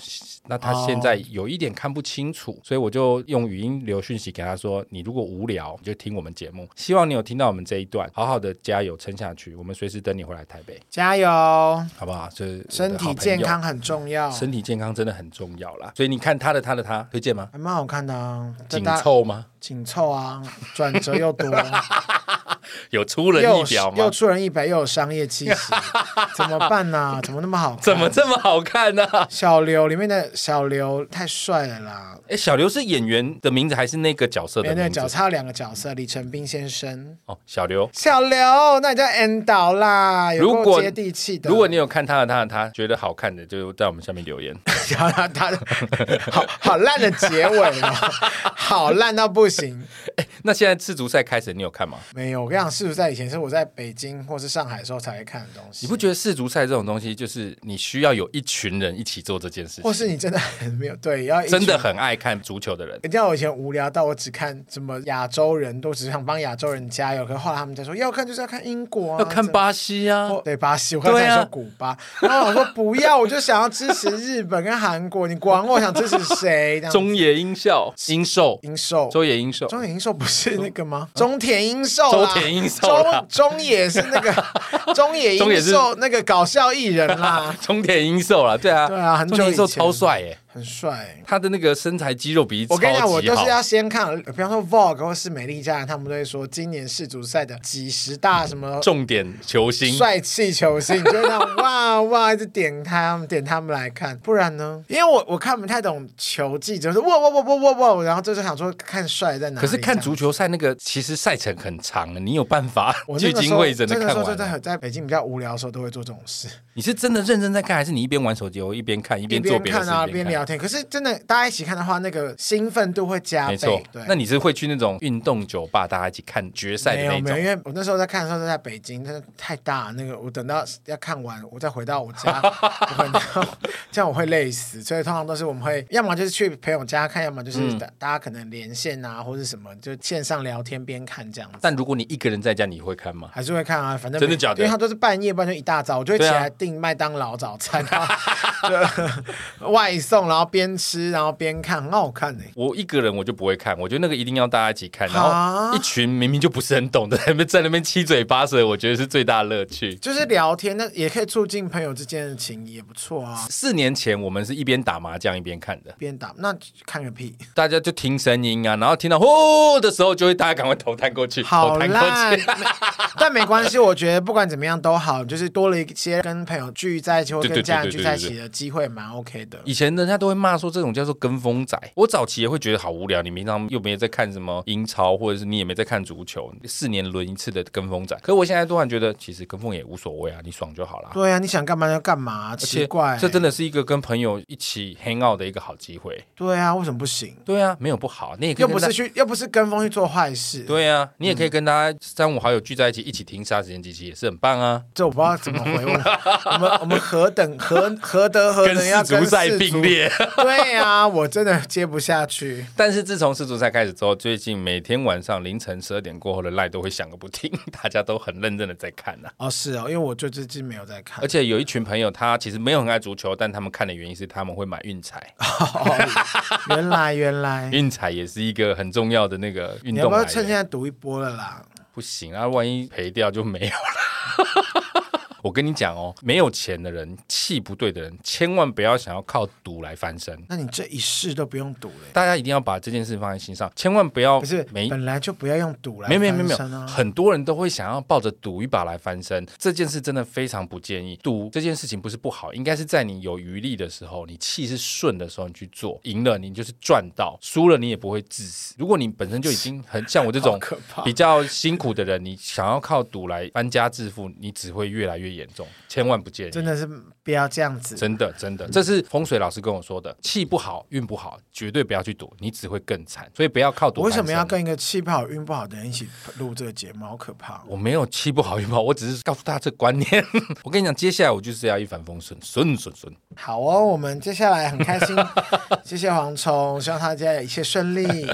[SPEAKER 1] 那他现在有一点看不清楚，所以我就用语音留讯息给他说：“你如果无聊，你就听我们节目。希望你有听到我们这一段，好好的加油撑下去。我们随时等你回来台北，
[SPEAKER 2] 加油，
[SPEAKER 1] 好不好？就是我
[SPEAKER 2] 身
[SPEAKER 1] 的好
[SPEAKER 2] 体
[SPEAKER 1] 朋
[SPEAKER 2] 健
[SPEAKER 1] 友
[SPEAKER 2] 康很重要，
[SPEAKER 1] 身体健康真的很重要啦。所以你看他的他的他，推荐吗？
[SPEAKER 2] 还蛮好看的啊，
[SPEAKER 1] 紧
[SPEAKER 2] 真的啊
[SPEAKER 1] 凑吗？
[SPEAKER 2] 紧凑啊，转折又多，啊
[SPEAKER 1] 有出人
[SPEAKER 2] 又
[SPEAKER 1] 意表
[SPEAKER 2] 又
[SPEAKER 1] 吗？
[SPEAKER 2] 出人意表，又有商业
[SPEAKER 1] *laughs*
[SPEAKER 2] 气息，怎么办呢、啊怎么那么好看？
[SPEAKER 1] 怎么这么好看啊呢、 *laughs* 诶
[SPEAKER 2] 小刘里面的小刘太帅了啦！
[SPEAKER 1] 哎，小刘是演员的名字还是那个角色
[SPEAKER 2] 没有
[SPEAKER 1] 的
[SPEAKER 2] 那个
[SPEAKER 1] 名字
[SPEAKER 2] 角？差两个角色，李成斌先生。
[SPEAKER 1] 哦，小刘。
[SPEAKER 2] 小刘，那你叫 N 导啦，有
[SPEAKER 1] 如
[SPEAKER 2] 够
[SPEAKER 1] 果
[SPEAKER 2] 接地气的。
[SPEAKER 1] 如果你有看他的他的他，觉得好看的，就在我们下面
[SPEAKER 2] *laughs*
[SPEAKER 1] 留言。
[SPEAKER 2] 想要他 *laughs* 好好烂的结尾
[SPEAKER 1] *laughs*
[SPEAKER 2] 哦，好烂到不行。
[SPEAKER 1] 那现在世足赛开始，你有看吗？
[SPEAKER 2] 没有，我跟你讲，世足赛以前是我在北京或是上海的时候才会看的东西
[SPEAKER 1] 你，不觉得世足赛这种东西，就是你需要有一群人一起做这件事
[SPEAKER 2] 或
[SPEAKER 1] 情，
[SPEAKER 2] 是你真的很没有对，要一群哎
[SPEAKER 1] 真的。很爱看足球的人。
[SPEAKER 2] 人家我以前无聊到我只看什么亚洲人，都只想帮亚洲人加油。可是后来他们在说要看就是要看英国啊，
[SPEAKER 1] 要看
[SPEAKER 2] 真的
[SPEAKER 1] 巴西啊，
[SPEAKER 2] 对巴西，我刚才
[SPEAKER 1] 对啊
[SPEAKER 2] 想说古巴，然后我说不要，我就想要支持日本跟韩国，你管我想支持谁？这样
[SPEAKER 1] 中野英孝、英寿、
[SPEAKER 2] 英寿，
[SPEAKER 1] 中野英寿、
[SPEAKER 2] 中野英寿不是那个吗？中田英寿啦，
[SPEAKER 1] 周田英寿啦
[SPEAKER 2] 中中野是
[SPEAKER 1] *laughs*
[SPEAKER 2] 那个中野
[SPEAKER 1] 中野
[SPEAKER 2] 英
[SPEAKER 1] 是
[SPEAKER 2] 寿那个搞笑艺人
[SPEAKER 1] *laughs*
[SPEAKER 2] 啦，
[SPEAKER 1] 中田英寿啦，对啊，
[SPEAKER 2] 对啊很久
[SPEAKER 1] 中田英寿
[SPEAKER 2] 以前
[SPEAKER 1] 超帅耶，
[SPEAKER 2] 很帅。
[SPEAKER 1] 他的那个身材肌肉比例超
[SPEAKER 2] *laughs* 我
[SPEAKER 1] 级
[SPEAKER 2] 跟你
[SPEAKER 1] 好。
[SPEAKER 2] 讲，我都是要先看，比方说 Vogue 或是美丽佳人，他们都会说今年世足赛的几十大什么
[SPEAKER 1] 重点球星，
[SPEAKER 2] 帅气球星，你就会那种哇哇一直点他们点他们来看，不然呢？因为我我看不太懂球技，就是哇哇哇哇哇哇，然后就是想说看帅在哪里。
[SPEAKER 1] 可是看足
[SPEAKER 2] 这样。
[SPEAKER 1] 球赛那个其实赛程很长，你有办法
[SPEAKER 2] 我那
[SPEAKER 1] 聚 *laughs*
[SPEAKER 2] 个时
[SPEAKER 1] 精
[SPEAKER 2] 候
[SPEAKER 1] 会神的
[SPEAKER 2] 那个
[SPEAKER 1] 看
[SPEAKER 2] 时候
[SPEAKER 1] 完
[SPEAKER 2] 真的
[SPEAKER 1] 啊？
[SPEAKER 2] 很在北京比较无聊的时候，都会做这种事，
[SPEAKER 1] 你是真的认真在看，还是你一边玩手机我一边看一边做
[SPEAKER 2] 一
[SPEAKER 1] 别的
[SPEAKER 2] 看
[SPEAKER 1] 事
[SPEAKER 2] 啊
[SPEAKER 1] 一边
[SPEAKER 2] 边
[SPEAKER 1] 看？
[SPEAKER 2] 聊天。可是真的大家一起看的话，那个兴奋度会加
[SPEAKER 1] 没
[SPEAKER 2] 倍
[SPEAKER 1] 错。，
[SPEAKER 2] 啊对，
[SPEAKER 1] 那你是会去那种运动酒吧，大家一起看决赛
[SPEAKER 2] 没
[SPEAKER 1] 的
[SPEAKER 2] 有
[SPEAKER 1] 那
[SPEAKER 2] 没有，因
[SPEAKER 1] 种？
[SPEAKER 2] 为我那时候在看的时候是在北京，真的太大，那个我等到要看完，我再回到我家，我可能这样我会累死，所以通常都是我们会要么就是去朋友家看，要么
[SPEAKER 1] 嗯
[SPEAKER 2] 就是大大家可能连线啊或者什么，就线上聊天边看这样子。
[SPEAKER 1] 但如果你一个人在家，你会看吗？
[SPEAKER 2] 还是会看啊，反正
[SPEAKER 1] 真的假的
[SPEAKER 2] 因为他都是半夜，不然就一大早，我就会起
[SPEAKER 1] 对啊
[SPEAKER 2] 来订麦当劳早餐，然后就 *laughs* 外送，然后边吃然后边看，很好看欸呢、
[SPEAKER 1] 我一个人我就不会看，我觉得那个一定要大家一起看，然
[SPEAKER 2] 啊
[SPEAKER 1] 后一群明明就不是很懂的在那边在那边七嘴八舌，我觉得是最大的乐趣。
[SPEAKER 2] 就是聊天，那也可以促进朋友之间的情谊，也不错啊。
[SPEAKER 1] 四年前我们是一边打麻将一边看的，
[SPEAKER 2] 边打那看个屁。
[SPEAKER 1] 大家就听声音啊，然后听到呼的时候，就会大家赶快头探过去，
[SPEAKER 2] 好
[SPEAKER 1] 头探过
[SPEAKER 2] 烂
[SPEAKER 1] 去。，
[SPEAKER 2] 但没关系，我觉得不管怎么样都好，就是多了一些跟朋友聚在一起或
[SPEAKER 1] 对
[SPEAKER 2] 跟
[SPEAKER 1] 对
[SPEAKER 2] 家人
[SPEAKER 1] 对对
[SPEAKER 2] 聚在一起的机会，蛮 OK 的。
[SPEAKER 1] 以前人家都会骂说这种叫做跟风仔，我早期也会觉得好无聊，你平常又没在看什么英超，或者是你也没在看足球，四年轮一次的跟风仔。可是我现在突然觉得，其实跟风也无所谓啊，你爽就好啦。
[SPEAKER 2] 对啊，你想干嘛就干嘛，啊
[SPEAKER 1] 而
[SPEAKER 2] 奇
[SPEAKER 1] 且
[SPEAKER 2] 怪、
[SPEAKER 1] 这真的是一个跟朋友一起 hang out 的一个好机会。
[SPEAKER 2] 对啊，为什么不行？
[SPEAKER 1] 对啊，没有不好，你也可以
[SPEAKER 2] 又
[SPEAKER 1] 跟
[SPEAKER 2] 不
[SPEAKER 1] 大
[SPEAKER 2] 是去，又不是跟风去做坏事。，
[SPEAKER 1] 对啊，你也可以跟大家三五好友聚在一起，一起听《杀时间机器》，也是很棒啊。
[SPEAKER 2] 这我不知道怎么回
[SPEAKER 1] *laughs*
[SPEAKER 2] 我。我们我们何等何何德何
[SPEAKER 1] 跟
[SPEAKER 2] 能要
[SPEAKER 1] 世
[SPEAKER 2] 跟
[SPEAKER 1] 足赛
[SPEAKER 2] 世
[SPEAKER 1] 并
[SPEAKER 2] 足？
[SPEAKER 1] 列，
[SPEAKER 2] 对啊，我真的接不下去。
[SPEAKER 1] *laughs* 但是自从世足赛开始之后，最近每天晚上凌晨十二点过后的赖都会响个不停， *laughs* 大家都很认真的在看呐、啊。
[SPEAKER 2] 哦，是哦，因为我就最近没有在看
[SPEAKER 1] 而。且有一群朋友，他其实没有很爱足球，但他们看的原因是他们会买运彩，
[SPEAKER 2] 哎原来原来，
[SPEAKER 1] 运彩也是一个很重要的那个 *laughs* 运
[SPEAKER 2] 你要
[SPEAKER 1] 动
[SPEAKER 2] 不要
[SPEAKER 1] 来
[SPEAKER 2] 趁现
[SPEAKER 1] 源。
[SPEAKER 2] 在赌一波了啦？
[SPEAKER 1] 不行啊，万一赔掉就没有了。 *laughs* 我跟你讲哦，没有钱的人，气不对的人，千万不要想要靠赌来翻身。
[SPEAKER 2] 那你这一世都不用赌了耶。
[SPEAKER 1] 大家一定要把这件事放在心上，千万不要
[SPEAKER 2] 可是
[SPEAKER 1] 哦没
[SPEAKER 2] 本来就不要用赌来
[SPEAKER 1] 没有没有没有没
[SPEAKER 2] 翻身
[SPEAKER 1] 有，
[SPEAKER 2] 啊
[SPEAKER 1] 很多人都会想要抱着赌一把来翻身，这件事真的非常不建议。赌这件事情不是不好，应该是在你有余力的时候，你气是顺的时候你去做，赢了你就是赚到，输了你也不会致死。如果你本身就已经很像我这
[SPEAKER 2] *laughs* 好
[SPEAKER 1] 种
[SPEAKER 2] 可怕
[SPEAKER 1] 比较辛苦的人，你想要靠赌来搬家致富，你只会越来越严重，千万不建议。
[SPEAKER 2] 真的是不要这样子。
[SPEAKER 1] 真的，真的，这是风水老师跟我说的。气不好，运不好，绝对不要去赌，你只会更惨。所以不要靠赌。
[SPEAKER 2] 我为什么要？跟一个气不好、运不好的人一起录这个节目？好可怕哦！
[SPEAKER 1] 我没有气不好，运不好，我只是告诉大家这个观念。 *laughs* 我跟你讲，接下来我就是要一帆风顺，顺顺顺。
[SPEAKER 2] 好哦，我们接下来很开
[SPEAKER 1] *laughs*
[SPEAKER 2] 心，谢谢蝗虫，希望他接下来一切顺利。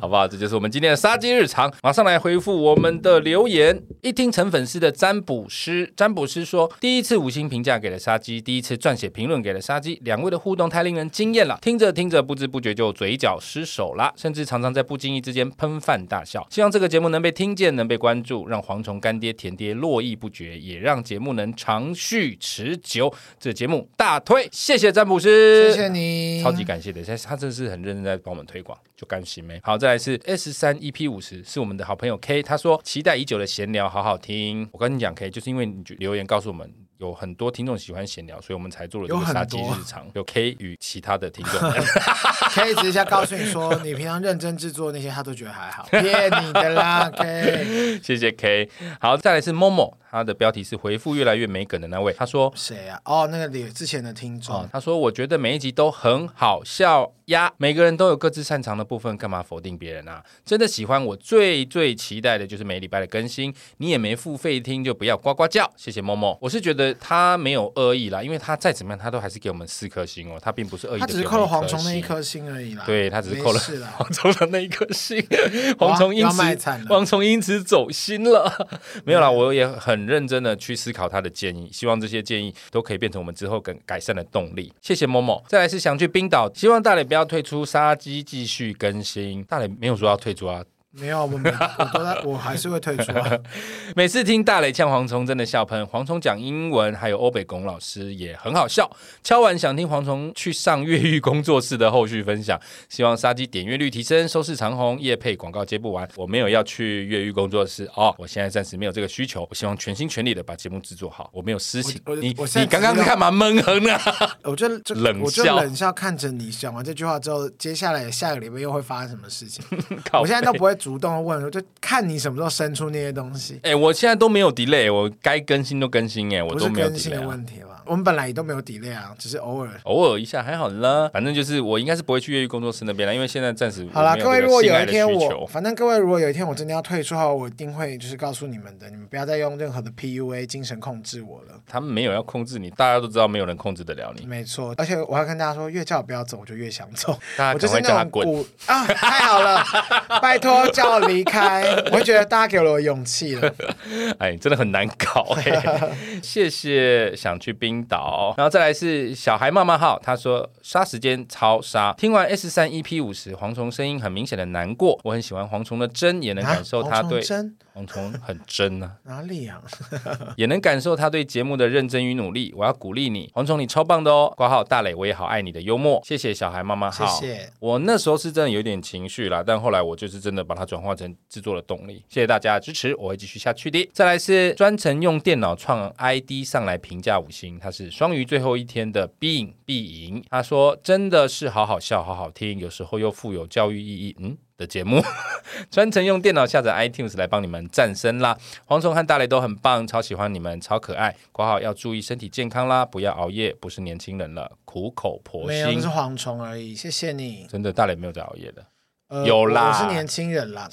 [SPEAKER 1] 好不好？这就是我们今天的杀鸡日常。马上来回复我们的留言。一听陈粉丝的占卜师，占卜师说，第一次五星评价给了杀鸡，第一次撰写评论给了杀鸡，两位的互动太令人惊艳了。听着听着，不知不觉就嘴角失手啦，甚至常常在不经意之间喷饭大笑。希望这个节目能被听见，能被关注，让蝗虫干爹甜爹络绎不绝，也让节目能长续持久。这节目大推，谢谢占卜师，
[SPEAKER 2] 谢谢你，
[SPEAKER 1] 超级感谢的，他他真的是很认真在帮我们推广，就干洗妹。好，再来是 S 三 EP 五十，是我们的好朋友 K，他说期待已久的闲聊，好好听。我跟你讲 K，就是因为你留言告诉我们。有很多听众喜欢闲聊，所以我们才做了这
[SPEAKER 2] 有
[SPEAKER 1] 个
[SPEAKER 2] 很
[SPEAKER 1] 杀鸡
[SPEAKER 2] 多
[SPEAKER 1] 日常。有 K 与其他的听众 *laughs* 们，
[SPEAKER 2] 可以直接告诉你说，你平常认真制作那些，他都觉得
[SPEAKER 1] *laughs*
[SPEAKER 2] 还好，骗你的啦。K
[SPEAKER 1] 谢谢 K。好，再来是 Momo，他的标题是回复越来越没梗的那位，他说
[SPEAKER 2] 谁啊？哦，那个李之前的听
[SPEAKER 1] 哦
[SPEAKER 2] 众，，
[SPEAKER 1] 他说我觉得每一集都很好笑呀，每个人都有各自擅长的部分，干嘛否定别人啊？真的喜欢我最最期待的就是每礼拜的更新，你也没付费听就不要呱呱叫，谢谢默默。我是觉得他没有恶意啦，因为他再怎么样他都还是给我们四颗星哦，他并不是恶意
[SPEAKER 2] 他
[SPEAKER 1] 的，
[SPEAKER 2] 只是扣了蝗虫那一。颗星而已啦。
[SPEAKER 1] 对他只是扣了
[SPEAKER 2] 没事
[SPEAKER 1] *laughs*
[SPEAKER 2] 啦。
[SPEAKER 1] 蝗虫的那一颗星，
[SPEAKER 2] *laughs*
[SPEAKER 1] 蝗虫因
[SPEAKER 2] 要
[SPEAKER 1] 此
[SPEAKER 2] 卖惨了嗯
[SPEAKER 1] 蝗虫因此走心了。 *laughs* 没有啦，我也很认真的去思考他的建议，希望这些建议都可以变成我们之后更改善的动力。谢谢某某。再来是想去冰岛，希望大磊不要退出杀鸡，继续更新。大磊没有说要退出啊。
[SPEAKER 2] 没有，我没有，我都在，我还是会退出、啊。
[SPEAKER 1] 每次听大雷呛蝗虫，真的笑喷。蝗虫讲英文，还有欧北龚老师也很好笑。敲完想听蝗虫去上越狱工作室的后续分享，希望杀鸡点阅率提升，收视长虹，业配广告接不完。我没有要去越狱工作室哦，我现在暂时没有这个需求。我希望全心全力的把节目制作好，我没有私情。
[SPEAKER 2] 我我
[SPEAKER 1] 你
[SPEAKER 2] 我现在
[SPEAKER 1] 你刚刚
[SPEAKER 2] 只是要
[SPEAKER 1] 干
[SPEAKER 2] *laughs*
[SPEAKER 1] 嘛闷哼啊？
[SPEAKER 2] 我就就
[SPEAKER 1] 冷
[SPEAKER 2] 我就
[SPEAKER 1] 笑
[SPEAKER 2] 冷笑看着你讲完这句话之后，接下来下个礼拜又会发生什么事
[SPEAKER 1] *laughs*
[SPEAKER 2] 情？
[SPEAKER 1] 靠
[SPEAKER 2] 我现在都不会主动问，我就看你什么时候生出那些东西。
[SPEAKER 1] 哎、我现在都没有 delay，我该更新都更新哎、我
[SPEAKER 2] 不
[SPEAKER 1] 都
[SPEAKER 2] 是
[SPEAKER 1] 没有
[SPEAKER 2] 更新的
[SPEAKER 1] delay 啊、
[SPEAKER 2] 问题了，我们本来也都没有 delay 啊，只是偶尔。
[SPEAKER 1] 偶尔一下还好啦，反正就是我应该是不会去越狱工作室那边了，因为现在暂时
[SPEAKER 2] 好啦，
[SPEAKER 1] 我没
[SPEAKER 2] 各位，
[SPEAKER 1] 这
[SPEAKER 2] 如
[SPEAKER 1] 个
[SPEAKER 2] 果
[SPEAKER 1] 性
[SPEAKER 2] 有
[SPEAKER 1] 爱
[SPEAKER 2] 一
[SPEAKER 1] 的
[SPEAKER 2] 天
[SPEAKER 1] 需
[SPEAKER 2] 我，
[SPEAKER 1] 求
[SPEAKER 2] 反正各位，如果有一天我真的要退出后，我一定会就是告诉你们的，你们不要再用任何的 PUA 精神控制我了。
[SPEAKER 1] 他们没有要控制你，大家都知道没有人控制得了
[SPEAKER 2] *laughs*
[SPEAKER 1] 你，
[SPEAKER 2] 没错，而且我要跟大家说，越叫我不要走，我就越想走。
[SPEAKER 1] 大
[SPEAKER 2] 我
[SPEAKER 1] 家
[SPEAKER 2] 就
[SPEAKER 1] 赶快
[SPEAKER 2] 是
[SPEAKER 1] 叫
[SPEAKER 2] 那
[SPEAKER 1] 他
[SPEAKER 2] 种
[SPEAKER 1] 滚。
[SPEAKER 2] 古啊，太好了，拜托叫我离开，我觉得大家给了我勇气了。
[SPEAKER 1] 哎，真的很难搞哎、
[SPEAKER 2] *laughs*
[SPEAKER 1] 谢谢，想去冰岛，然后再来是小孩骂骂号，他说杀时间超杀，听完 S 三 EP 五十，蝗虫声音很明显的难过，我很喜欢蝗虫的真，也能感受
[SPEAKER 2] 啊
[SPEAKER 1] 他
[SPEAKER 2] 黄崇
[SPEAKER 1] 对
[SPEAKER 2] 祯
[SPEAKER 1] 蝗虫很真啊。
[SPEAKER 2] 哪里啊？ *laughs*
[SPEAKER 1] 也能感受他对节目的认真与努力。我要鼓励你，黄虫，你超棒的哦！挂号大磊，我也好爱你的幽默，谢谢小孩妈妈
[SPEAKER 2] 谢
[SPEAKER 1] 啊好。
[SPEAKER 2] 谢。
[SPEAKER 1] 我那时候是真的有点情绪啦，但后来我就是真的把它转化成制作的动力。谢谢大家的支持，我会继续下去的。再来是专程用电脑创 ID 上来评价五星，他是双鱼最后一天的必赢必赢。他说真的是好好笑，好好听，有时候又富有教育意义，嗯的节目。 *laughs* 专程用电脑下载 iTunes 来帮你们战声啦。蝗虫和大雷都很棒，超喜欢你们，超可爱。括号要注意身体健康啦，不要熬夜，不是年轻人了，苦口婆
[SPEAKER 2] 没有，那
[SPEAKER 1] 心
[SPEAKER 2] 是。蝗虫而已。谢谢你。
[SPEAKER 1] 真的，大雷没有在熬夜的，
[SPEAKER 2] 呃
[SPEAKER 1] 有啦
[SPEAKER 2] 我我是年轻人啦，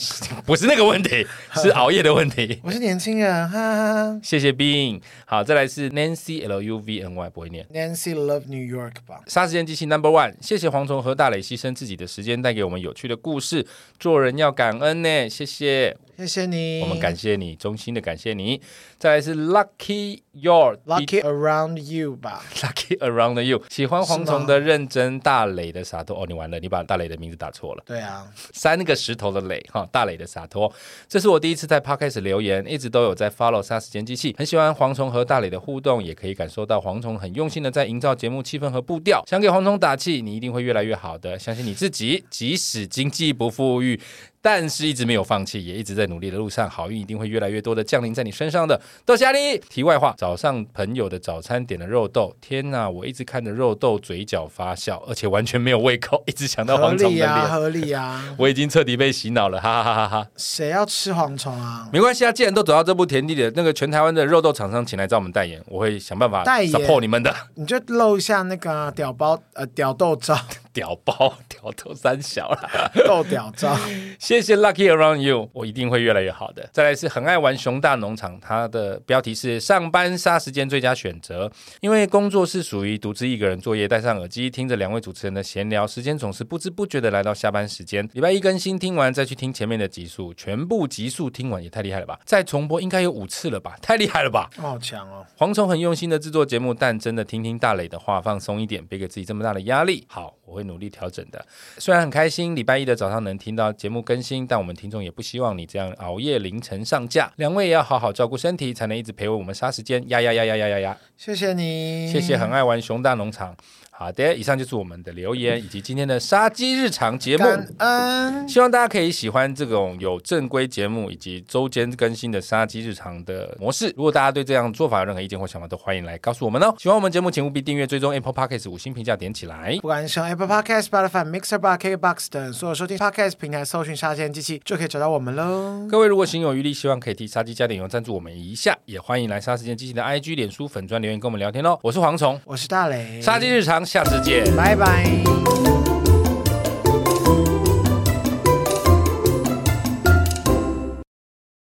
[SPEAKER 1] 不是那个问题，是熬夜的问题。
[SPEAKER 2] 我是年轻人，哈哈。
[SPEAKER 1] 谢谢 Bing。好，再来是 Nancy L U V N Y，不会念。
[SPEAKER 2] Nancy Love New York 吧。
[SPEAKER 1] 杀时间机器 Number One，谢谢蝗虫和大磊牺牲自己的时间，带给我们有趣的故事。做人要感恩呢，谢谢，
[SPEAKER 2] 谢谢你。
[SPEAKER 1] 我们感谢你，衷心的感谢你。再来是 Lucky Your
[SPEAKER 2] Lucky Around You 吧。
[SPEAKER 1] Lucky Around You，喜欢蝗虫的认真，大磊的洒脱。哦，你完了，你把大磊的名字打错了，
[SPEAKER 2] 对啊，
[SPEAKER 1] 三个石头的磊哈，大磊的洒脱。这是我第一次在 Podcast 留言，一直都有在 follow 杀时间机器，很喜欢蝗虫和大磊的互动，也可以感受到蝗虫很用心的在营造节目气氛和步调。想给蝗虫打气，你一定会越来越好的，相信你自己，即使经济不富裕。但是一直没有放弃，也一直在努力的路上，好运一定会越来越多的降临在你身上的。多谢你。题外话，早上朋友的早餐点了肉豆，天哪！我一直看着肉豆，嘴角发笑，而且完全没有胃口，一直想到
[SPEAKER 2] 合
[SPEAKER 1] 蝗虫
[SPEAKER 2] 理
[SPEAKER 1] 的
[SPEAKER 2] 啊，
[SPEAKER 1] 脸。
[SPEAKER 2] 合理啊。
[SPEAKER 1] 我已经彻底被洗脑了， *laughs* 哈哈哈哈！哈！
[SPEAKER 2] 谁要吃蝗虫啊？
[SPEAKER 1] 没关系啊，既然都走到这步田地了，那个全台湾的肉豆厂商，请来找我们代言，我会想办法
[SPEAKER 2] 代言
[SPEAKER 1] support 你们的。 *laughs*
[SPEAKER 2] 你就露一下那个啊屌包呃屌豆照 *laughs*
[SPEAKER 1] 屌包，屌头三小啦。
[SPEAKER 2] 豆屌照。
[SPEAKER 1] 谢谢 Lucky Around You，我一定会越来越好的。再来是很爱玩熊大农场，它的标题是“上班杀时间最佳选择”，因为工作是属于独自一个人作业，戴上耳机听着两位主持人的闲聊，时间总是不知不觉的来到下班时间。礼拜一更新，听完再去听前面的集数，全部集数听完也太厉害了吧！再重播应该有五次了吧？太厉害了吧！
[SPEAKER 2] 我好强哦！
[SPEAKER 1] 蝗虫很用心的制作节目，但真的听听大磊的话，放松一点，别给自己这么大的压力。好，我会努力调整的。虽然很开心礼拜一的早上能听到节目更新，但我们听众也不希望你这样熬夜凌晨上架。两位也要好好照顾身体，才能一直陪我们杀时间。呀呀呀呀呀呀呀！
[SPEAKER 2] 谢谢你，
[SPEAKER 1] 谢谢，很爱玩熊大农场。好的，以上就是我们的留言以及今天的杀鸡日常节目。
[SPEAKER 2] 感恩。
[SPEAKER 1] 希望大家可以喜欢这种有正规节目以及周间更新的杀鸡日常的模式。如果大家对这样做法有任何意见或想法，都欢迎来告诉我们哦。喜欢我们节目，请务必订阅、追踪 Apple Podcast 五星评价点起来。
[SPEAKER 2] 不管是用 Apple Podcast、Spotify、Mixer Bar、KBox 等所有收听 Podcast 平台搜寻“沙尖机器”就可以找到我们喽。
[SPEAKER 1] 各位如果心有余力，希望可以替杀鸡加点油赞助我们一下，也欢迎来杀时间机器的 IG、脸书粉专留言跟我们聊天哦。我是蝗虫，
[SPEAKER 2] 我是大雷，
[SPEAKER 1] 杀鸡日常，下次见。
[SPEAKER 2] 拜拜。